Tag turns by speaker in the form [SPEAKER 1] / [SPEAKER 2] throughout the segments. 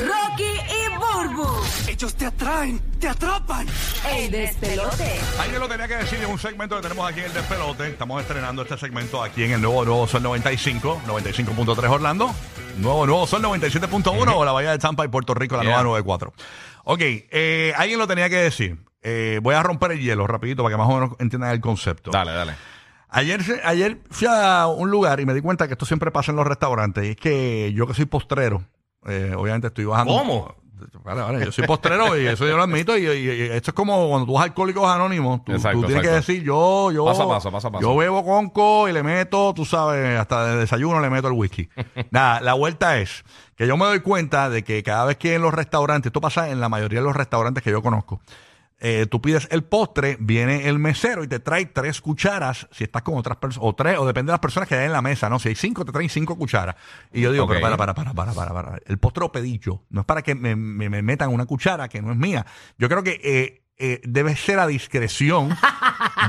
[SPEAKER 1] Rocky y Burbu.
[SPEAKER 2] Ellos te atraen, te atrapan.
[SPEAKER 1] El despelote.
[SPEAKER 3] Alguien lo tenía que decir en un segmento que tenemos aquí en el despelote. Estamos estrenando este segmento aquí en el nuevo Nuevo Sol 95, 95.3 Orlando. Nuevo Nuevo Sol 97.1 o la Bahía de Tampa y Puerto Rico, la nueva 94. Ok, eh, alguien lo tenía que decir. Eh, voy a romper el hielo rapidito para que más o menos entiendan el concepto.
[SPEAKER 4] Dale, dale.
[SPEAKER 3] Ayer, se- ayer fui a un lugar y me di cuenta que esto siempre pasa en los restaurantes. Y es que yo que soy postrero, eh, obviamente estoy bajando.
[SPEAKER 4] ¿Cómo?
[SPEAKER 3] Vale, vale, yo soy postrero y eso yo lo admito. Y, y- y esto es como cuando tú vas a Alcohólicos Anónimos, tú, tú
[SPEAKER 4] Exacto,
[SPEAKER 3] tienes que
[SPEAKER 4] exacto.
[SPEAKER 3] decir, yo, yo,
[SPEAKER 4] Paso a paso, paso a paso.
[SPEAKER 3] yo bebo conco y le meto, tú sabes, hasta de desayuno le meto el whisky. Nada, la vuelta es que yo me doy cuenta de que cada vez que en los restaurantes, esto pasa en la mayoría de los restaurantes que yo conozco, eh, tú pides el postre, viene el mesero y te trae tres cucharas, si estás con otras personas, o tres, o depende de las personas que hay en la mesa, ¿no? Si hay cinco, te traen cinco cucharas. Y yo digo,
[SPEAKER 4] Ok.
[SPEAKER 3] pero para, para, para, para, para, para. El postre lo pedí yo. No es para que me, me- me metan una cuchara que no es mía. Yo creo que eh, eh, debe ser a discreción.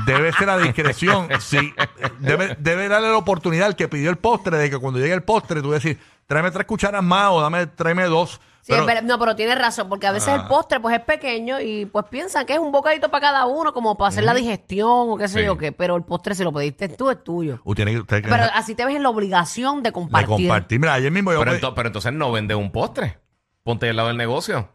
[SPEAKER 3] debe ser a discreción. Sí. Debe, debe darle la oportunidad al que pidió el postre de que cuando llegue el postre tú decir, tráeme tres cucharas más o dame, tráeme dos.
[SPEAKER 5] Sí, es verdad. no, pero tienes razón, porque a veces
[SPEAKER 3] Ah.
[SPEAKER 5] el postre pues es pequeño y pues piensan que es un bocadito para cada uno, como para hacer la digestión o qué sé
[SPEAKER 4] Sí.
[SPEAKER 5] yo qué, pero el postre si lo pediste tú es tuyo.
[SPEAKER 3] Usted tiene que- usted tiene
[SPEAKER 5] Pero
[SPEAKER 3] que-
[SPEAKER 5] así te ves en la obligación de
[SPEAKER 3] de
[SPEAKER 5] compartir.
[SPEAKER 3] compartir. Mira, ayer mismo yo
[SPEAKER 4] Pero,
[SPEAKER 3] pedí-
[SPEAKER 4] ento- pero entonces no vende un postre. Ponte del lado del negocio.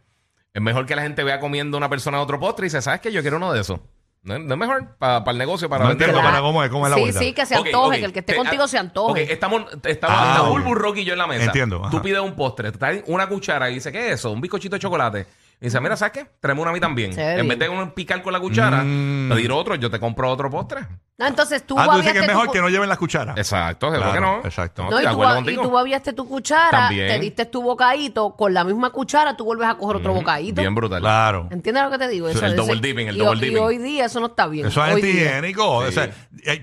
[SPEAKER 4] Es mejor que la gente vea comiendo una persona otro postre y dice, ¿sabes qué? Yo quiero uno de esos. No, no es mejor para el negocio, para
[SPEAKER 3] No
[SPEAKER 4] venderlo.
[SPEAKER 3] entiendo,
[SPEAKER 4] para-
[SPEAKER 3] pero ¿cómo es? ¿Cómo es la
[SPEAKER 5] sí,
[SPEAKER 3] vuelta?
[SPEAKER 5] sí, que se
[SPEAKER 4] Ok,
[SPEAKER 5] antoje,
[SPEAKER 4] ok.
[SPEAKER 5] que el que esté
[SPEAKER 4] Te-
[SPEAKER 5] contigo
[SPEAKER 4] ah,
[SPEAKER 5] se antoje.
[SPEAKER 4] ok, estamos, estamos
[SPEAKER 3] Ah,
[SPEAKER 4] está
[SPEAKER 3] ok.
[SPEAKER 4] Bulbu, Rocky y yo en la mesa.
[SPEAKER 3] Entiendo, ajá.
[SPEAKER 4] Tú pides un postre, te traen una cuchara y dice, ¿qué es eso? Un bizcochito de chocolate. Y dice, mira, ¿sabes qué? Tráeme una a mí también.
[SPEAKER 5] Se ve
[SPEAKER 4] en
[SPEAKER 5] bien.
[SPEAKER 4] vez de uno picar con la cuchara,
[SPEAKER 3] Mm.
[SPEAKER 4] pedir otro, yo te compro otro postre.
[SPEAKER 5] No, entonces tú
[SPEAKER 3] Ah, tú dices
[SPEAKER 5] babiaste
[SPEAKER 3] que es
[SPEAKER 5] tu
[SPEAKER 3] mejor
[SPEAKER 5] cu-
[SPEAKER 3] que no lleven las cucharas.
[SPEAKER 4] Exacto, seguro
[SPEAKER 3] Claro,
[SPEAKER 4] que no.
[SPEAKER 3] exacto.
[SPEAKER 4] No,
[SPEAKER 5] No, y,
[SPEAKER 4] estoy de
[SPEAKER 5] tú,
[SPEAKER 4] acuerdo
[SPEAKER 5] ba- y
[SPEAKER 4] contigo.
[SPEAKER 5] tú babiaste tu cuchara,
[SPEAKER 4] También.
[SPEAKER 5] te diste tu bocadito, con la misma cuchara tú vuelves a coger otro bocadito.
[SPEAKER 4] Bien brutal.
[SPEAKER 3] Claro.
[SPEAKER 5] ¿Entiendes lo que te digo?
[SPEAKER 4] Sí, el double dipping, el
[SPEAKER 5] y,
[SPEAKER 4] double
[SPEAKER 5] y
[SPEAKER 4] dipping.
[SPEAKER 5] hoy día eso no está bien.
[SPEAKER 3] Eso es
[SPEAKER 5] hoy día.
[SPEAKER 3] antihigiénico. O sea, eh,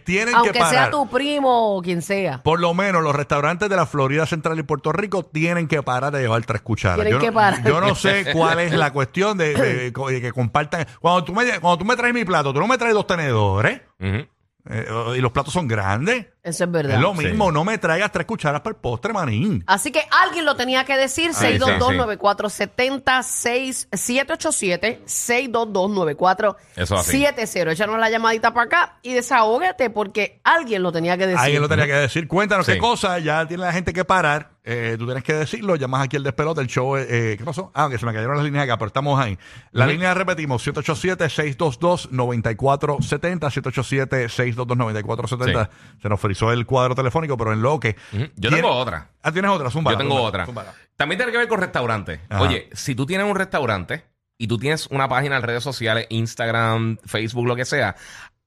[SPEAKER 3] tienen que
[SPEAKER 5] Aunque
[SPEAKER 3] parar.
[SPEAKER 5] sea tu primo o quien sea.
[SPEAKER 3] Por lo menos los restaurantes de la Florida Central y Puerto Rico tienen que parar de llevar tres cucharas.
[SPEAKER 5] Tienen
[SPEAKER 3] yo,
[SPEAKER 5] que
[SPEAKER 3] no,
[SPEAKER 5] parar.
[SPEAKER 3] yo no sé cuál es la cuestión de, de- de que compartan. Cuando tú, me, cuando tú me traes mi plato, tú no me traes dos tenedores
[SPEAKER 4] Ujú.
[SPEAKER 3] Eh, y los platos son grandes.
[SPEAKER 5] Eso es verdad.
[SPEAKER 3] Es lo mismo, no me traigas tres cucharas para el postre, manín.
[SPEAKER 5] Así que alguien lo tenía que decir.
[SPEAKER 4] Ahí está,
[SPEAKER 5] 622-9470, 6787
[SPEAKER 4] Eso
[SPEAKER 5] 622-9470. Échanos la llamadita para acá y desahógate porque alguien lo tenía que decir.
[SPEAKER 3] Alguien lo tenía que decir. Cuéntanos
[SPEAKER 4] Sí.
[SPEAKER 3] qué cosa. Ya tiene la gente que parar. Eh, tú tienes que decirlo. Llamas aquí el despelote. El show. eh, eh, ¿Qué pasó? Ah, que se me cayeron las líneas acá, pero estamos ahí. La
[SPEAKER 4] Ujú.
[SPEAKER 3] línea repetimos: 787-622-9470. 787-622-9470. Se nos frizó el cuadro telefónico, pero en lo que.
[SPEAKER 4] Ujú. Yo
[SPEAKER 3] Tiene-
[SPEAKER 4] tengo otra.
[SPEAKER 3] Ah, tienes otra, zumba.
[SPEAKER 4] Yo tengo otra. También tiene que ver con restaurantes.
[SPEAKER 3] Ajá.
[SPEAKER 4] Oye, si tú tienes un restaurante y tú tienes una página en redes sociales, Instagram, Facebook, lo que sea,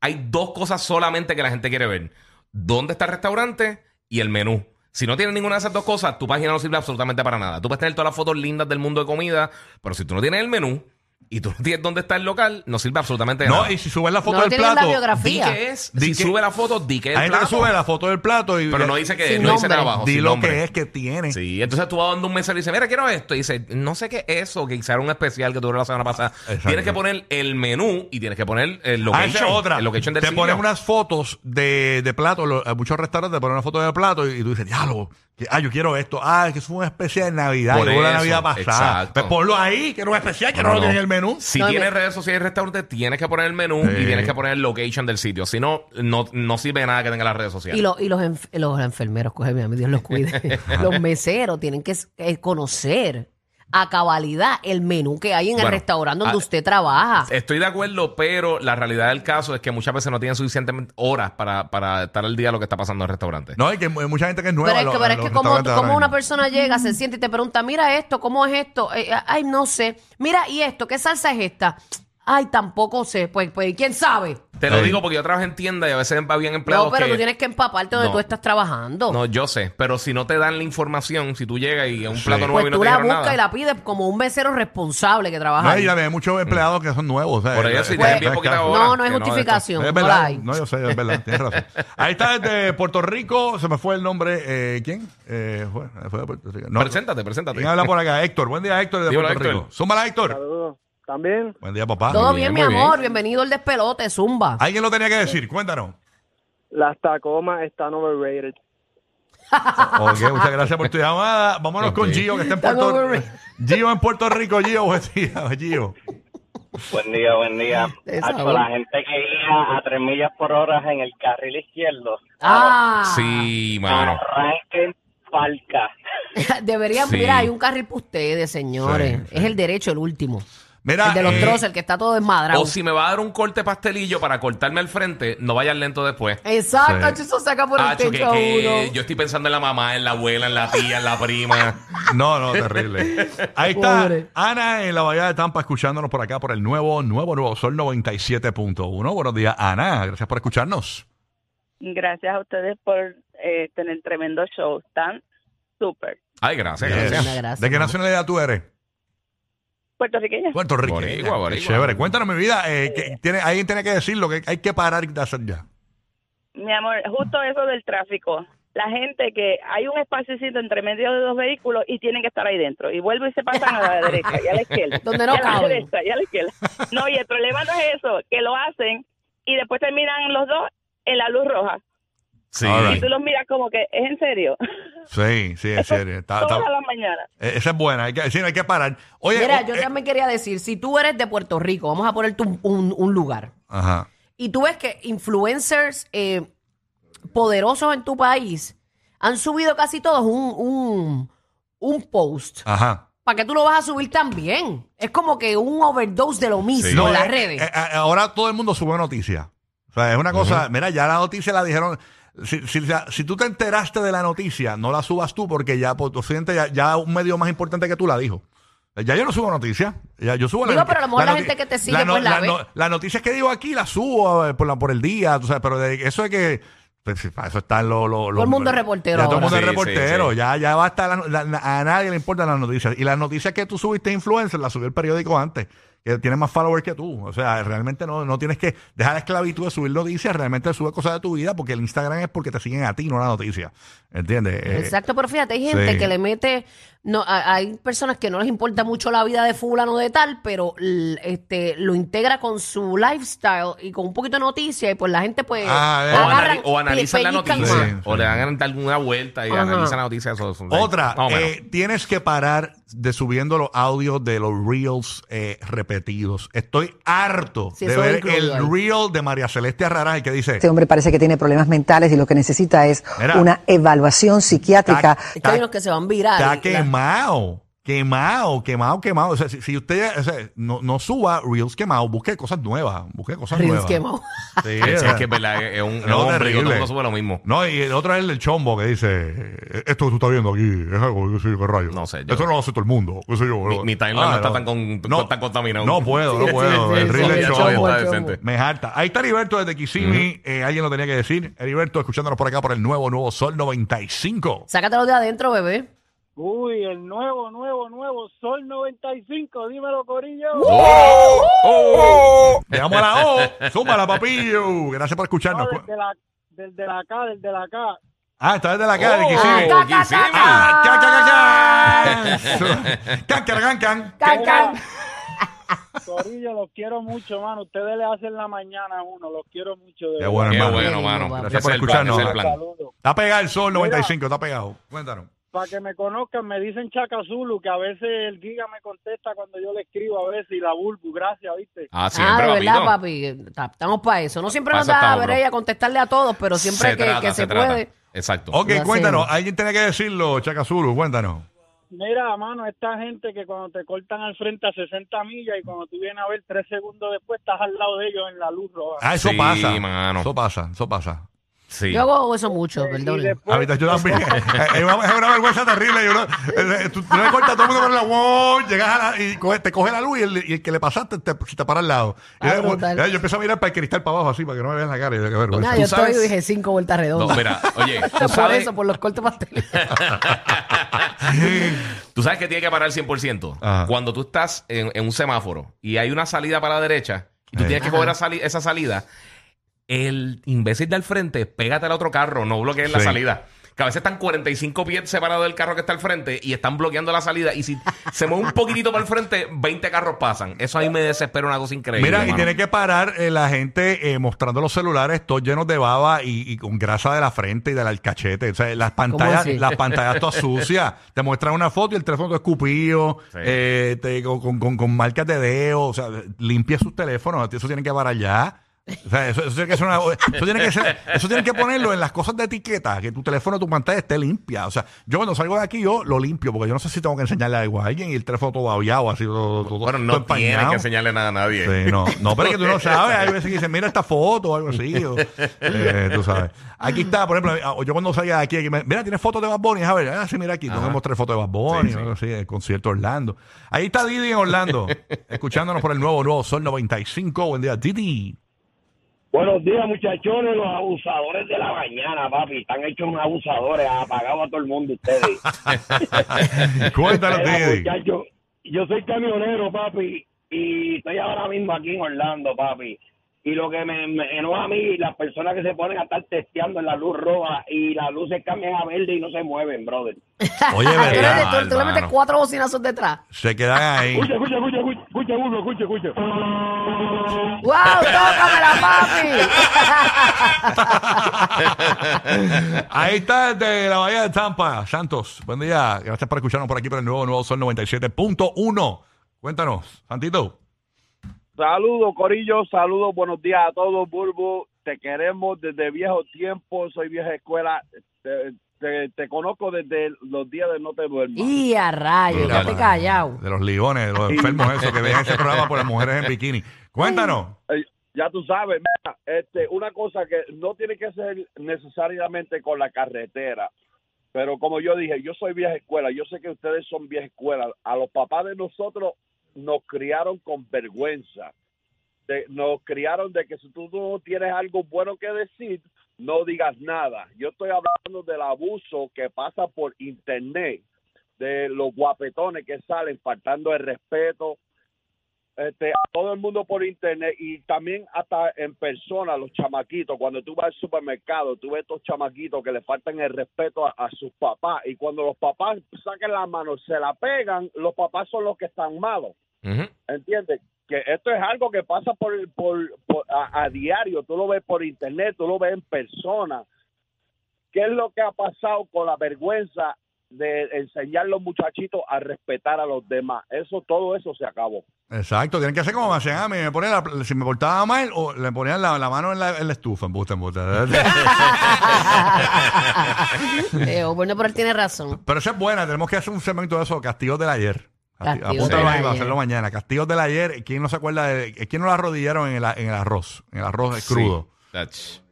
[SPEAKER 4] hay dos cosas solamente que la gente quiere ver. ¿Dónde está el restaurante y el menú? Si no tienes ninguna de esas dos cosas, tu página no sirve absolutamente para nada. Tú puedes tener todas las fotos lindas del mundo de comida, pero si tú no tienes el menú y tú no tienes dónde está el local, no sirve absolutamente de
[SPEAKER 3] No,
[SPEAKER 4] nada.
[SPEAKER 3] y si subes la foto
[SPEAKER 5] No
[SPEAKER 3] del
[SPEAKER 5] tienen la
[SPEAKER 3] plato.
[SPEAKER 5] biografía.
[SPEAKER 4] Di que es,
[SPEAKER 3] Di
[SPEAKER 4] si
[SPEAKER 3] que-
[SPEAKER 4] sube la foto, di que es
[SPEAKER 3] Hay
[SPEAKER 4] el
[SPEAKER 3] gente que
[SPEAKER 4] plato.
[SPEAKER 3] sube la foto del plato y.
[SPEAKER 4] Pero no dice que
[SPEAKER 5] Sin
[SPEAKER 4] no dice nada
[SPEAKER 5] nombre.
[SPEAKER 4] abajo.
[SPEAKER 3] Di
[SPEAKER 4] sin
[SPEAKER 3] lo
[SPEAKER 4] nombre.
[SPEAKER 3] que es que tiene.
[SPEAKER 4] Sí, entonces tú vas dando un mensaje y dices, mira, quiero esto. Y dice, no sé qué es eso, que hicieron un especial que tuvieron la semana pasada.
[SPEAKER 3] Ah, Exacto.
[SPEAKER 4] Tienes que poner el menú y tienes que
[SPEAKER 3] Ah,
[SPEAKER 4] poner el
[SPEAKER 3] esa
[SPEAKER 4] location.
[SPEAKER 3] es otra.
[SPEAKER 4] El location del
[SPEAKER 3] te
[SPEAKER 4] sitio.
[SPEAKER 3] ponen unas fotos de, de plato. lo- a muchos restaurantes te ponen una foto de plato y, y tú dices, diálogo. que- Ah, yo quiero esto. Ah, es que es una especie de Navidad.
[SPEAKER 4] Por
[SPEAKER 3] Llegó la
[SPEAKER 4] eso,
[SPEAKER 3] Navidad pasada.
[SPEAKER 4] exacto.
[SPEAKER 3] Pues ponlo ahí, que era un especial, que no,
[SPEAKER 4] No,
[SPEAKER 3] lo
[SPEAKER 4] no.
[SPEAKER 3] tiene en el menú.
[SPEAKER 4] Si
[SPEAKER 5] No,
[SPEAKER 4] tienes
[SPEAKER 5] me-
[SPEAKER 4] redes sociales y restaurantes, tienes que poner el menú
[SPEAKER 3] Sí.
[SPEAKER 4] y tienes que poner el location del sitio. Si no, no, no sirve de nada que tenga las redes sociales.
[SPEAKER 5] Y, lo- y los, enf- los enfermeros, cógeme a mi Dios los cuide. los meseros tienen que s- eh, conocer a cabalidad el menú que hay en el
[SPEAKER 4] Bueno,
[SPEAKER 5] restaurante donde
[SPEAKER 4] ah,
[SPEAKER 5] usted trabaja.
[SPEAKER 4] Estoy de acuerdo, pero la realidad del caso es que muchas veces no tienen suficientes horas para, para estar al día de lo que está pasando en el restaurante.
[SPEAKER 3] No, hay que hay mucha gente que es nueva.
[SPEAKER 5] Pero es
[SPEAKER 3] a
[SPEAKER 5] que,
[SPEAKER 3] los-
[SPEAKER 5] pero
[SPEAKER 3] a
[SPEAKER 5] es
[SPEAKER 3] los
[SPEAKER 5] que como,
[SPEAKER 3] restaurantes
[SPEAKER 5] como
[SPEAKER 3] ahora
[SPEAKER 5] una
[SPEAKER 3] mismo.
[SPEAKER 5] persona llega, se siente y te pregunta, mira esto, ¿cómo es esto? Eh, ay, no sé. Mira, ¿y esto? ¿Qué salsa es esta? Ay, tampoco sé. Pues, pues ¿quién sabe?
[SPEAKER 4] Te lo
[SPEAKER 3] Sí.
[SPEAKER 4] digo porque yo trabajo en tienda y a veces va bien empleados
[SPEAKER 5] No, pero
[SPEAKER 4] que-
[SPEAKER 5] tú tienes que empaparte donde
[SPEAKER 4] No.
[SPEAKER 5] tú estás trabajando.
[SPEAKER 4] No, yo sé, pero si no te dan la información, si tú llegas y a un
[SPEAKER 3] Sí.
[SPEAKER 4] plato nuevo y
[SPEAKER 5] pues
[SPEAKER 4] no
[SPEAKER 5] tú
[SPEAKER 4] te
[SPEAKER 5] la
[SPEAKER 4] dieron
[SPEAKER 5] buscas
[SPEAKER 4] nada.
[SPEAKER 5] y la pides como un mesero responsable que trabaja.
[SPEAKER 3] No,
[SPEAKER 5] ahí.
[SPEAKER 3] y también hay muchos empleados que son nuevos. o sea,
[SPEAKER 4] Por
[SPEAKER 3] es-
[SPEAKER 4] eso, si
[SPEAKER 3] es-
[SPEAKER 4] tienen
[SPEAKER 3] es
[SPEAKER 4] bien poquita
[SPEAKER 3] escaso.
[SPEAKER 4] hora.
[SPEAKER 5] Pues, no, no hay
[SPEAKER 4] que no,
[SPEAKER 5] justificación.
[SPEAKER 3] Es
[SPEAKER 5] no la
[SPEAKER 3] verdad,
[SPEAKER 5] hay.
[SPEAKER 3] no, yo sé, es verdad, tienes razón. Ahí está desde Puerto Rico, se me fue el nombre, eh, ¿quién? Eh, fue, fue de Puerto Rico. No,
[SPEAKER 4] Preséntate, preséntate.
[SPEAKER 3] ¿Quién habla por acá? Héctor, buen día Héctor de
[SPEAKER 4] Dímelo,
[SPEAKER 3] Puerto
[SPEAKER 4] Héctor.
[SPEAKER 3] Rico. Súmala Héctor.
[SPEAKER 6] Saludos. También
[SPEAKER 3] Buen día papá.
[SPEAKER 5] Todo
[SPEAKER 4] Muy bien,
[SPEAKER 5] bien, mi
[SPEAKER 4] muy bien.
[SPEAKER 5] amor. Bienvenido el despelote, Zumba.
[SPEAKER 3] Alguien lo tenía que decir, cuéntanos.
[SPEAKER 6] las Tacomas están overrated.
[SPEAKER 3] Ok, muchas gracias por tu llamada. Vámonos
[SPEAKER 4] Ok.
[SPEAKER 3] con Gio, que está en
[SPEAKER 5] Tan
[SPEAKER 3] Puerto Rico.
[SPEAKER 5] overrated.
[SPEAKER 3] Gio en Puerto Rico, Gio, buen día, Gio.
[SPEAKER 6] Buen día, buen día.
[SPEAKER 5] De
[SPEAKER 6] Hacho,
[SPEAKER 5] sabor.
[SPEAKER 6] la gente que iba a tres millas por hora en el carril izquierdo.
[SPEAKER 5] Ah,
[SPEAKER 4] Sí, mano.
[SPEAKER 6] Arranquen falca.
[SPEAKER 5] Deberían,
[SPEAKER 4] Sí.
[SPEAKER 5] mira, hay un carril para ustedes, señores.
[SPEAKER 3] Sí,
[SPEAKER 5] Es el derecho, el último.
[SPEAKER 3] Mira,
[SPEAKER 5] el de los
[SPEAKER 3] eh,
[SPEAKER 5] trozos, el que está todo desmadrado.
[SPEAKER 4] O si me va a dar un corte pastelillo para cortarme al frente, no vayas lento después.
[SPEAKER 5] Exacto,
[SPEAKER 3] Sí.
[SPEAKER 5] Hacho, eso saca por el
[SPEAKER 4] Hacho, que-
[SPEAKER 5] techo a
[SPEAKER 4] que
[SPEAKER 5] uno.
[SPEAKER 4] yo estoy pensando en la mamá, en la abuela, en la tía, en la prima.
[SPEAKER 3] No, no, terrible. Ahí está
[SPEAKER 5] Pobre.
[SPEAKER 3] Ana en la Bahía de Tampa escuchándonos por acá por el nuevo, nuevo, nuevo Sol 97.1. Buenos días, Ana. Gracias por escucharnos.
[SPEAKER 7] Gracias a ustedes por eh, tener tremendo show. Están súper.
[SPEAKER 4] Ay, gracias,
[SPEAKER 3] Yes.
[SPEAKER 4] gracias.
[SPEAKER 5] Gracias,
[SPEAKER 3] ¿De qué
[SPEAKER 5] mamá.
[SPEAKER 3] nacionalidad tú eres?
[SPEAKER 7] Puertorriqueña.
[SPEAKER 3] Puerto Rico.
[SPEAKER 4] Boricua, boricua.
[SPEAKER 3] Chévere. Cuéntanos mi vida. Eh, que tiene, alguien tiene que decirlo, que hay que parar de hacer ya.
[SPEAKER 7] Mi amor, justo eso del tráfico. La gente que hay un espacito entre medio de dos vehículos y tienen que estar ahí dentro. Y vuelven y se pasan a la derecha y a la izquierda.
[SPEAKER 5] Donde no
[SPEAKER 7] y a la
[SPEAKER 5] caben.
[SPEAKER 7] derecha y a la izquierda. No, y el problema no es eso, que lo hacen y después terminan los dos en la luz roja.
[SPEAKER 4] Sí.
[SPEAKER 3] All
[SPEAKER 7] Y tú los miras como que, ¿es en serio?
[SPEAKER 3] Sí, sí, en serio. Está- Ah, está-
[SPEAKER 7] Todas las mañanas.
[SPEAKER 3] eh, esa es buena. Hay que, sí, no hay que parar. Oye,
[SPEAKER 5] Mira,
[SPEAKER 3] eh,
[SPEAKER 5] yo
[SPEAKER 3] eh,
[SPEAKER 5] también quería decir, si tú eres de Puerto Rico, vamos a ponerte un, un- un lugar,
[SPEAKER 3] Ajá.
[SPEAKER 5] y tú ves que influencers eh, poderosos en tu país han subido casi todos un, un, un post,
[SPEAKER 3] Ajá.
[SPEAKER 5] ¿para qué tú lo vas a subir también? Es como que un overdose de lo mismo
[SPEAKER 4] Sí.
[SPEAKER 5] en las
[SPEAKER 3] eh,
[SPEAKER 5] redes.
[SPEAKER 3] eh, eh, ahora todo el mundo sube noticias. O sea, es una cosa. Mira, ya la noticia la dijeron. Si, si, si tú te enteraste de la noticia, no la subas tú porque ya por tu cliente ya, ya un medio más importante que tú la dijo. Eh, Ya yo no subo noticias. Ya yo subo
[SPEAKER 5] Digo, pero a lo mejor la
[SPEAKER 3] noti-
[SPEAKER 5] gente que te sigue, pues, la ve.
[SPEAKER 3] las noticias que digo aquí las subo eh, por, la, por el día, tú sabes, pero de- eso es que. pues, para eso están los. los- los-
[SPEAKER 5] el mundo es reportero
[SPEAKER 3] Ya todo el
[SPEAKER 5] ahora.
[SPEAKER 3] mundo es
[SPEAKER 4] Sí, sí,
[SPEAKER 3] reportero.
[SPEAKER 4] sí.
[SPEAKER 3] Ya, ya basta. la- la- la- a nadie le importan las noticias. Y las noticias que tú subiste, influencer, las subió el periódico antes. Que tiene más followers que tú. O sea, realmente no, no tienes que dejar la esclavitud de subir noticias. Realmente sube cosas de tu vida porque el Instagram es porque te siguen a ti, no la noticia. ¿Entiendes? Eh,
[SPEAKER 5] Exacto, pero fíjate, hay gente
[SPEAKER 3] sí.
[SPEAKER 5] que le mete, no, a- hay personas que no les importa mucho la vida de fulano de tal, pero l- este lo integra con su lifestyle y con un poquito de noticia y pues la gente pues
[SPEAKER 3] Ah, eh.
[SPEAKER 4] O,
[SPEAKER 3] Agarran,
[SPEAKER 4] anali- o analizan la
[SPEAKER 5] pellizcan
[SPEAKER 4] noticia.
[SPEAKER 5] más.
[SPEAKER 3] Sí,
[SPEAKER 4] O
[SPEAKER 3] sí.
[SPEAKER 4] le dan alguna vuelta y
[SPEAKER 5] Ajá.
[SPEAKER 4] analizan la noticia. Eso, eso-
[SPEAKER 3] Otra,
[SPEAKER 4] Más o menos.
[SPEAKER 3] eh, tienes que parar de subiendo los audios de los reels eh, repetidos. Estoy harto
[SPEAKER 5] Sí,
[SPEAKER 3] de
[SPEAKER 5] eso
[SPEAKER 3] ver
[SPEAKER 5] incluido
[SPEAKER 3] el
[SPEAKER 5] ahí.
[SPEAKER 3] reel de María Celeste Arraray que dice...
[SPEAKER 8] Este hombre parece que tiene problemas mentales y lo que necesita es
[SPEAKER 3] Mira.
[SPEAKER 8] una evaluación psiquiátrica.
[SPEAKER 3] "Tac,
[SPEAKER 5] Es que hay
[SPEAKER 3] tac,
[SPEAKER 5] unos que se van viral.
[SPEAKER 3] Está
[SPEAKER 5] La-
[SPEAKER 3] quemado. Quemado, quemado, quemado. O sea, si, si usted o sea, no, no suba Reels quemado, busque cosas nuevas. Busque cosas
[SPEAKER 5] Reels
[SPEAKER 3] nuevas.
[SPEAKER 5] quemado.
[SPEAKER 3] Sí,
[SPEAKER 4] Sí,
[SPEAKER 3] o
[SPEAKER 4] sí,
[SPEAKER 3] sea,
[SPEAKER 4] es que es verdad, es un, es un
[SPEAKER 3] No,
[SPEAKER 4] hombre, todo el
[SPEAKER 3] terrible.
[SPEAKER 4] mundo sube lo mismo.
[SPEAKER 3] No, y el otro es el del chombo que dice: "Eh, Esto que tú estás viendo aquí es algo que sí, qué rayos.
[SPEAKER 4] No sé, yo-
[SPEAKER 3] Esto no lo hace todo el mundo. qué sé yo". Ah,
[SPEAKER 4] Mi- mi timeline no está tan con- tan contaminado.
[SPEAKER 3] No puedo, no
[SPEAKER 5] Sí,
[SPEAKER 3] puedo.
[SPEAKER 5] sí,
[SPEAKER 3] el
[SPEAKER 5] sí,
[SPEAKER 3] Reel
[SPEAKER 5] sí,
[SPEAKER 3] del
[SPEAKER 5] el
[SPEAKER 3] chombo.
[SPEAKER 5] chombo, el
[SPEAKER 4] decente.
[SPEAKER 3] Me harta. Ahí está Heriberto desde Kissimmee. Eh, alguien lo tenía que decir. Heriberto, escuchándonos por acá por el nuevo, nuevo Sol 95.
[SPEAKER 5] Sácatelo de adentro, bebé.
[SPEAKER 6] Uy, el nuevo, nuevo, nuevo Sol 95. Dímelo, Corillo.
[SPEAKER 4] ¡Oh! ¡Oh!
[SPEAKER 3] Llegamos a la O. Súmala, papillo. Gracias por escucharnos.
[SPEAKER 6] la, desde la acá, desde la acá.
[SPEAKER 3] Ah, está desde la calle,
[SPEAKER 4] Oh,
[SPEAKER 3] Kissimmee.
[SPEAKER 4] ta, ta, ta, ta.
[SPEAKER 3] Ah, can, can, can, can. Can, can, can, can.
[SPEAKER 5] Can, can.
[SPEAKER 6] Corillo, los quiero mucho, mano. Ustedes le hacen la mañana a uno. Los quiero mucho. De
[SPEAKER 3] Qué bueno,
[SPEAKER 4] Qué
[SPEAKER 3] hermano.
[SPEAKER 4] bueno,
[SPEAKER 5] Sí,
[SPEAKER 4] mano.
[SPEAKER 5] papá.
[SPEAKER 4] Ese
[SPEAKER 3] Gracias por
[SPEAKER 4] es el plan,
[SPEAKER 3] escucharnos.
[SPEAKER 4] ese es el plan.
[SPEAKER 6] Saludos.
[SPEAKER 3] Está pegado el sol 95, está pegado. Cuéntanos.
[SPEAKER 6] Para que me conozcan, me dicen Chaca Zulu, que a veces el Giga me contesta cuando yo le escribo, a veces, y la Bulbu. Gracias, ¿viste?
[SPEAKER 4] Ah,
[SPEAKER 5] ah,
[SPEAKER 4] siempre,
[SPEAKER 5] de verdad,
[SPEAKER 4] papito.
[SPEAKER 5] papi. Ta- Estamos para eso. No siempre
[SPEAKER 4] Pa'
[SPEAKER 5] nos
[SPEAKER 4] eso
[SPEAKER 5] da a
[SPEAKER 4] estamos,
[SPEAKER 5] ver
[SPEAKER 4] bro.
[SPEAKER 5] ella contestarle a todos, pero siempre que que se
[SPEAKER 4] trata.
[SPEAKER 5] puede.
[SPEAKER 4] Exacto.
[SPEAKER 3] Ok,
[SPEAKER 5] Lo
[SPEAKER 3] cuéntanos.
[SPEAKER 5] hacemos.
[SPEAKER 3] Alguien tiene que decirlo, Chacazuru, cuéntanos.
[SPEAKER 6] Mira, mano, esta gente que cuando te cortan al frente a 60 millas y cuando tú vienes a ver tres segundos después estás al lado de ellos en la luz roja.
[SPEAKER 3] Ah, eso
[SPEAKER 4] Sí,
[SPEAKER 3] pasa.
[SPEAKER 4] mano.
[SPEAKER 3] Eso pasa, eso pasa.
[SPEAKER 4] Sí.
[SPEAKER 5] Yo hago eso mucho, perdón.
[SPEAKER 6] Y después-
[SPEAKER 3] Ahorita yo también. es, una, es una vergüenza terrible. Yo no- eh, eh, tú, tú le cortas a todo el mundo por la wow, llegas a la, y coge- te coge la luz y el, y el que le pasaste te, se te para al lado. Y
[SPEAKER 5] Ah,
[SPEAKER 3] yo,
[SPEAKER 5] brutal.
[SPEAKER 3] yo empiezo a mirar para el cristal para abajo así, para que no me vean la cara. Y yo, qué vergüenza.
[SPEAKER 5] Nada,
[SPEAKER 4] ¿Tú
[SPEAKER 5] yo estoy,
[SPEAKER 4] sabes?
[SPEAKER 5] dije, cinco vueltas
[SPEAKER 4] No,
[SPEAKER 5] redondas.
[SPEAKER 4] mira, oye, tú
[SPEAKER 5] por
[SPEAKER 4] sabes,
[SPEAKER 5] eso, por los cortes pasteles.
[SPEAKER 4] tú sabes que tiene que parar el 100%.
[SPEAKER 3] Ajá.
[SPEAKER 4] Cuando tú estás en, en un semáforo y hay una salida para la derecha y tú
[SPEAKER 3] Sí.
[SPEAKER 4] tienes que
[SPEAKER 5] Ajá.
[SPEAKER 4] coger a sali- esa salida, el imbécil del frente, pégate al otro carro, no bloquees la
[SPEAKER 3] Sí.
[SPEAKER 4] salida. que a veces están 45 pies separados del carro que está al frente y están bloqueando la salida. Y si se mueve un poquitito para el frente, 20 carros pasan. Eso a mí me desespera una cosa increíble.
[SPEAKER 3] Mira, y
[SPEAKER 4] mano.
[SPEAKER 3] tiene que parar eh, la gente eh, mostrando los celulares todos llenos de baba y, y con grasa de la frente y del alcachete. O sea, las pantallas,
[SPEAKER 5] así?
[SPEAKER 3] las pantallas todas sucias. Te muestran una foto y el teléfono todo escupido,
[SPEAKER 4] Sí.
[SPEAKER 3] eh, te- con, con- con- con marcas de dedo. O sea, limpia sus teléfonos. Eso tiene que parar ya. O sea, eso, eso tiene que ser una- eso tiene que ser- eso tiene que ponerlo en las cosas de etiqueta, que tu teléfono, tu pantalla esté limpia. O sea, yo cuando salgo de aquí, yo lo limpio, porque yo no sé si tengo que enseñarle algo a alguien y el teléfono todo babiado, así, todo, todo-
[SPEAKER 4] Bueno,
[SPEAKER 3] todo
[SPEAKER 4] no tienes
[SPEAKER 3] empañado.
[SPEAKER 4] que enseñarle nada a nadie.
[SPEAKER 3] Sí, no. No, pero es que tú no sabes. Hay veces que dicen, mira esta foto o algo así. o- eh, tú sabes. Aquí está, por ejemplo, ah, yo cuando salía de aquí, aquí me- mira, tienes fotos de Bad Bunny. A ver, ah, sí, mira aquí. Tengo que mostrar fotos de Bad Bunny
[SPEAKER 4] Sí,
[SPEAKER 3] o algo así, el concierto de Orlando. Ahí está Didi en Orlando, escuchándonos por el nuevo, nuevo Sol 95. Buen día, Didi.
[SPEAKER 9] Buenos días, muchachones, los abusadores de la mañana, papi. Están hechos unos abusadores, apagado a todo el mundo ustedes.
[SPEAKER 3] Cuéntanos,
[SPEAKER 9] Mira,
[SPEAKER 3] Didi.
[SPEAKER 9] muchacho, yo soy camionero, papi, y estoy ahora mismo aquí en Orlando, papi. Y lo que me, me enoja a mí, las personas que se ponen a estar testeando en la luz roja y las luces cambian a verde y no se mueven, brother.
[SPEAKER 3] Oye,
[SPEAKER 5] Ah, tú, le-
[SPEAKER 3] verdad.
[SPEAKER 5] tú- tú le metes
[SPEAKER 4] hermano.
[SPEAKER 5] cuatro bocinazos detrás.
[SPEAKER 3] Se quedan ahí.
[SPEAKER 9] Escucha, escucha, escucha, escucha, escucha, uno, escucha, escucha.
[SPEAKER 5] ¡Wow! ¡Tócamela, papi!
[SPEAKER 3] Ahí está desde la Bahía de Tampa, Santos. Buen día. Gracias por escucharnos por aquí por el nuevo, nuevo Sol 97.1. Cuéntanos, Santito.
[SPEAKER 6] Saludos, Corillo, saludos, buenos días a todos, Bulbo. Te queremos desde viejo tiempo, soy vieja escuela. Te, te- te conozco desde los días de No Te Duermas.
[SPEAKER 5] y a rayo,
[SPEAKER 3] Mira,
[SPEAKER 5] ya te callado.
[SPEAKER 3] De los ligones, de los enfermos esos que ven ese programa por las mujeres en bikini. Cuéntanos.
[SPEAKER 6] Eh, ya tú sabes, mira, este, una cosa que no tiene que ser necesariamente con la carretera, pero como yo dije, yo soy vieja escuela, yo sé que ustedes son vieja escuela, a los papás de nosotros nos criaron con vergüenza, De- nos criaron de que si tú no tienes algo bueno que decir, no digas nada. Yo estoy hablando del abuso que pasa por internet, de los guapetones que salen faltando el respeto, este, a todo el mundo por internet y también hasta en persona, los chamaquitos. Cuando tú vas al supermercado, tú ves estos chamaquitos que le faltan el respeto a, a sus papás. Y cuando los papás sacan la mano, se la pegan, los papás son los que están malos.
[SPEAKER 4] Ujú.
[SPEAKER 6] ¿Entiendes? Que esto es algo que pasa por, por, por- a, a diario. Tú lo ves por internet, tú lo ves en persona. ¿Qué es lo que ha pasado con la vergüenza de enseñar a los muchachitos a respetar a los demás? Eso, todo eso se acabó.
[SPEAKER 3] Exacto, tienen que hacer como me hacían a mí. Me ponían la- si me portaba mal, o le ponían la, la mano en la, en la estufa. Embuste, embuste.
[SPEAKER 5] Eh, bueno, pero él tiene razón.
[SPEAKER 3] Pero esa es buena. Tenemos que hacer un segmento de eso, castigos del ayer. Casti-
[SPEAKER 5] Castigos
[SPEAKER 3] Apúntalo
[SPEAKER 4] del
[SPEAKER 3] ahí para
[SPEAKER 5] ayer.
[SPEAKER 3] hacerlo mañana. Castigos del ayer. ¿Quién no se acuerda de eh, quién no la arrodillaron en el, a- en el arroz? En el arroz crudo.
[SPEAKER 4] Sí. Ach.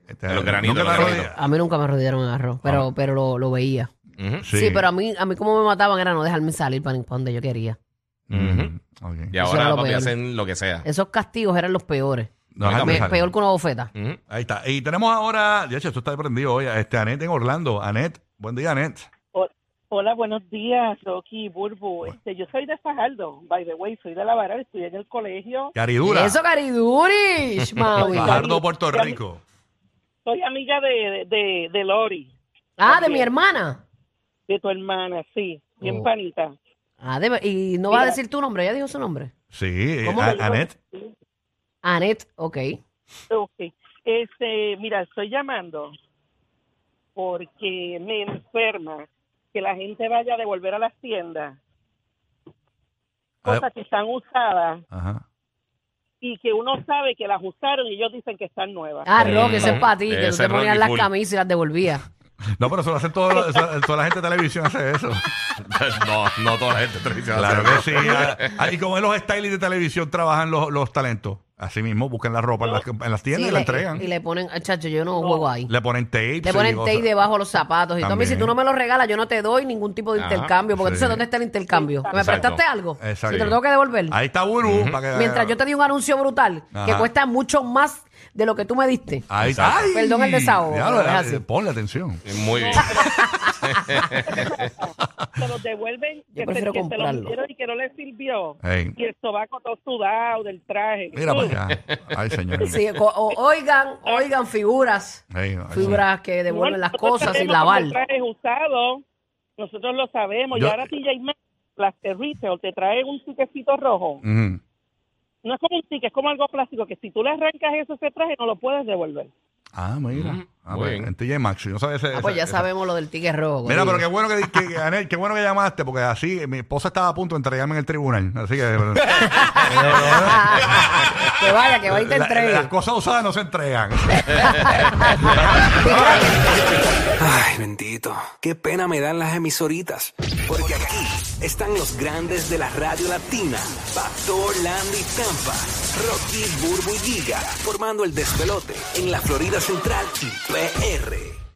[SPEAKER 3] Este,
[SPEAKER 4] De los granitos,
[SPEAKER 3] ¿nunca
[SPEAKER 4] los
[SPEAKER 3] te
[SPEAKER 4] granitos.
[SPEAKER 3] arrodillaron?
[SPEAKER 5] A mí nunca me rodearon en arroz, pero, pero lo, lo veía.
[SPEAKER 4] Ujú.
[SPEAKER 5] Sí. pero a mí, a mí como me mataban era no dejarme salir para ni para donde yo quería.
[SPEAKER 3] Mm, ok.
[SPEAKER 4] Y
[SPEAKER 5] Eso
[SPEAKER 4] ahora
[SPEAKER 5] era lo
[SPEAKER 4] papi,
[SPEAKER 5] peor.
[SPEAKER 4] hacen lo que sea.
[SPEAKER 5] Esos castigos eran los peores.
[SPEAKER 3] No,
[SPEAKER 4] Me-
[SPEAKER 3] déjame
[SPEAKER 5] Me-
[SPEAKER 3] salir.
[SPEAKER 5] peor que una bofeta.
[SPEAKER 4] Ujú.
[SPEAKER 3] Ahí está. Y tenemos ahora, de hecho, esto está prendido hoy, a este Anet en Orlando. Anet, buen día, Anet.
[SPEAKER 7] Hola, buenos días, Rocky Burbu. Este, yo soy de Fajardo, by the way, soy de La Varal, estudié en el colegio.
[SPEAKER 3] Caridura.
[SPEAKER 5] Eso, Caridurish, mami.
[SPEAKER 3] Fajardo, Puerto Rico.
[SPEAKER 7] Soy amiga de, de, de Lori,
[SPEAKER 5] ah, de mi hermana.
[SPEAKER 7] de tu hermana, sí, bien
[SPEAKER 5] Oh.
[SPEAKER 7] panita.
[SPEAKER 5] Ah, de- y no va a
[SPEAKER 7] Mira.
[SPEAKER 5] decir tu nombre, ella dijo su nombre.
[SPEAKER 3] Sí,
[SPEAKER 5] ¿Cómo
[SPEAKER 3] a-
[SPEAKER 5] que-
[SPEAKER 3] Anet.
[SPEAKER 5] Anet, ok.
[SPEAKER 7] Ok. Este, mira, estoy llamando porque me enferma que la gente vaya a devolver a las tiendas
[SPEAKER 3] A ver,
[SPEAKER 7] cosas que están usadas
[SPEAKER 3] Ajá.
[SPEAKER 7] y que uno sabe que las usaron y ellos dicen que están nuevas.
[SPEAKER 5] Ah,
[SPEAKER 4] Mm.
[SPEAKER 5] Rock, ese es para ti, que tú
[SPEAKER 4] Ese
[SPEAKER 5] te ponías
[SPEAKER 4] Rocky
[SPEAKER 5] las
[SPEAKER 4] full.
[SPEAKER 5] camisas y las devolvías.
[SPEAKER 3] No, pero eso lo hacen todos los- eso- toda la gente de televisión hace eso.
[SPEAKER 4] no, no toda la gente
[SPEAKER 3] Claro
[SPEAKER 4] tradicional.
[SPEAKER 3] que sí.
[SPEAKER 4] hace eso.
[SPEAKER 3] Ah, Y como en los stylists de televisión trabajan los, los talentos. Así mismo, buscan la ropa en las, en las tiendas
[SPEAKER 5] Sí,
[SPEAKER 3] y la entregan.
[SPEAKER 5] Y le ponen, ah, chacho, yo no juego ahí.
[SPEAKER 3] Le ponen tape.
[SPEAKER 5] Le ponen tape debajo de los zapatos. Y tú a mí,
[SPEAKER 3] También.
[SPEAKER 5] si tú no me lo regalas, yo no te doy ningún tipo de
[SPEAKER 4] Ajá,
[SPEAKER 5] intercambio. Porque tú
[SPEAKER 3] sí.
[SPEAKER 5] sabes dónde está el intercambio. ¿Me
[SPEAKER 4] Exacto.
[SPEAKER 5] prestaste algo?
[SPEAKER 3] Exacto.
[SPEAKER 5] Si te lo tengo que devolver.
[SPEAKER 3] Ahí está Buru. para que-
[SPEAKER 5] Mientras yo te di un anuncio brutal que
[SPEAKER 3] Ajá.
[SPEAKER 5] cuesta mucho más de lo que tú me diste.
[SPEAKER 3] Ahí está.
[SPEAKER 5] Perdón el desahogo,
[SPEAKER 3] Diablo,
[SPEAKER 5] pero es así.
[SPEAKER 3] eh, Ponle atención.
[SPEAKER 4] Muy bien.
[SPEAKER 7] se los devuelven
[SPEAKER 5] Yo
[SPEAKER 7] que, se,
[SPEAKER 5] prefiero
[SPEAKER 7] que se los
[SPEAKER 5] comprarlo.
[SPEAKER 7] hicieron y que no les sirvió.
[SPEAKER 3] Ey.
[SPEAKER 7] Y el sobaco todo sudado del traje.
[SPEAKER 3] Mira pues,
[SPEAKER 7] Uh,
[SPEAKER 3] para allá. Ay, señor.
[SPEAKER 5] Sí, o- o- oigan, oigan figuras.
[SPEAKER 3] Ay, ay,
[SPEAKER 5] Fibras que devuelven
[SPEAKER 7] no,
[SPEAKER 5] las
[SPEAKER 7] nosotros
[SPEAKER 5] cosas sin
[SPEAKER 7] sabemos cómo
[SPEAKER 5] lavar.
[SPEAKER 7] el traje es usado. Nosotros lo sabemos.
[SPEAKER 3] Yo-
[SPEAKER 7] Y ahora TJ Maxx, las de eh, retail, te trae un tiquecito rojo.
[SPEAKER 3] señor. Ujú.
[SPEAKER 7] No es como un ticket, es como algo plástico que si tú le arrancas eso a ese traje no lo puedes devolver.
[SPEAKER 3] Ah, mira.
[SPEAKER 4] Mm,
[SPEAKER 3] Ah,
[SPEAKER 4] muy
[SPEAKER 3] pues,
[SPEAKER 4] bien.
[SPEAKER 3] en TJ Maxx. Yo sabía ese-
[SPEAKER 5] Ah, pues ya
[SPEAKER 3] esa- esa-
[SPEAKER 5] sabemos lo del tigre rojo.
[SPEAKER 3] Mira,
[SPEAKER 5] Corillo.
[SPEAKER 3] pero qué bueno que, que, que- Anel, qué bueno que llamaste, porque así mi esposa estaba a punto de entregarme en el tribunal. Así que. pero-
[SPEAKER 5] que vaya, que vaya y te
[SPEAKER 3] La-
[SPEAKER 5] entregue.
[SPEAKER 3] Las cosas usadas no se entregan.
[SPEAKER 2] Ay, bendito. Qué pena me dan las emisoritas. Porque aquí están los grandes de la radio latina. Pastor, Landy, y Tampa. Rocky, Burbu y Giga. Formando el despelote en la Florida Central y PR.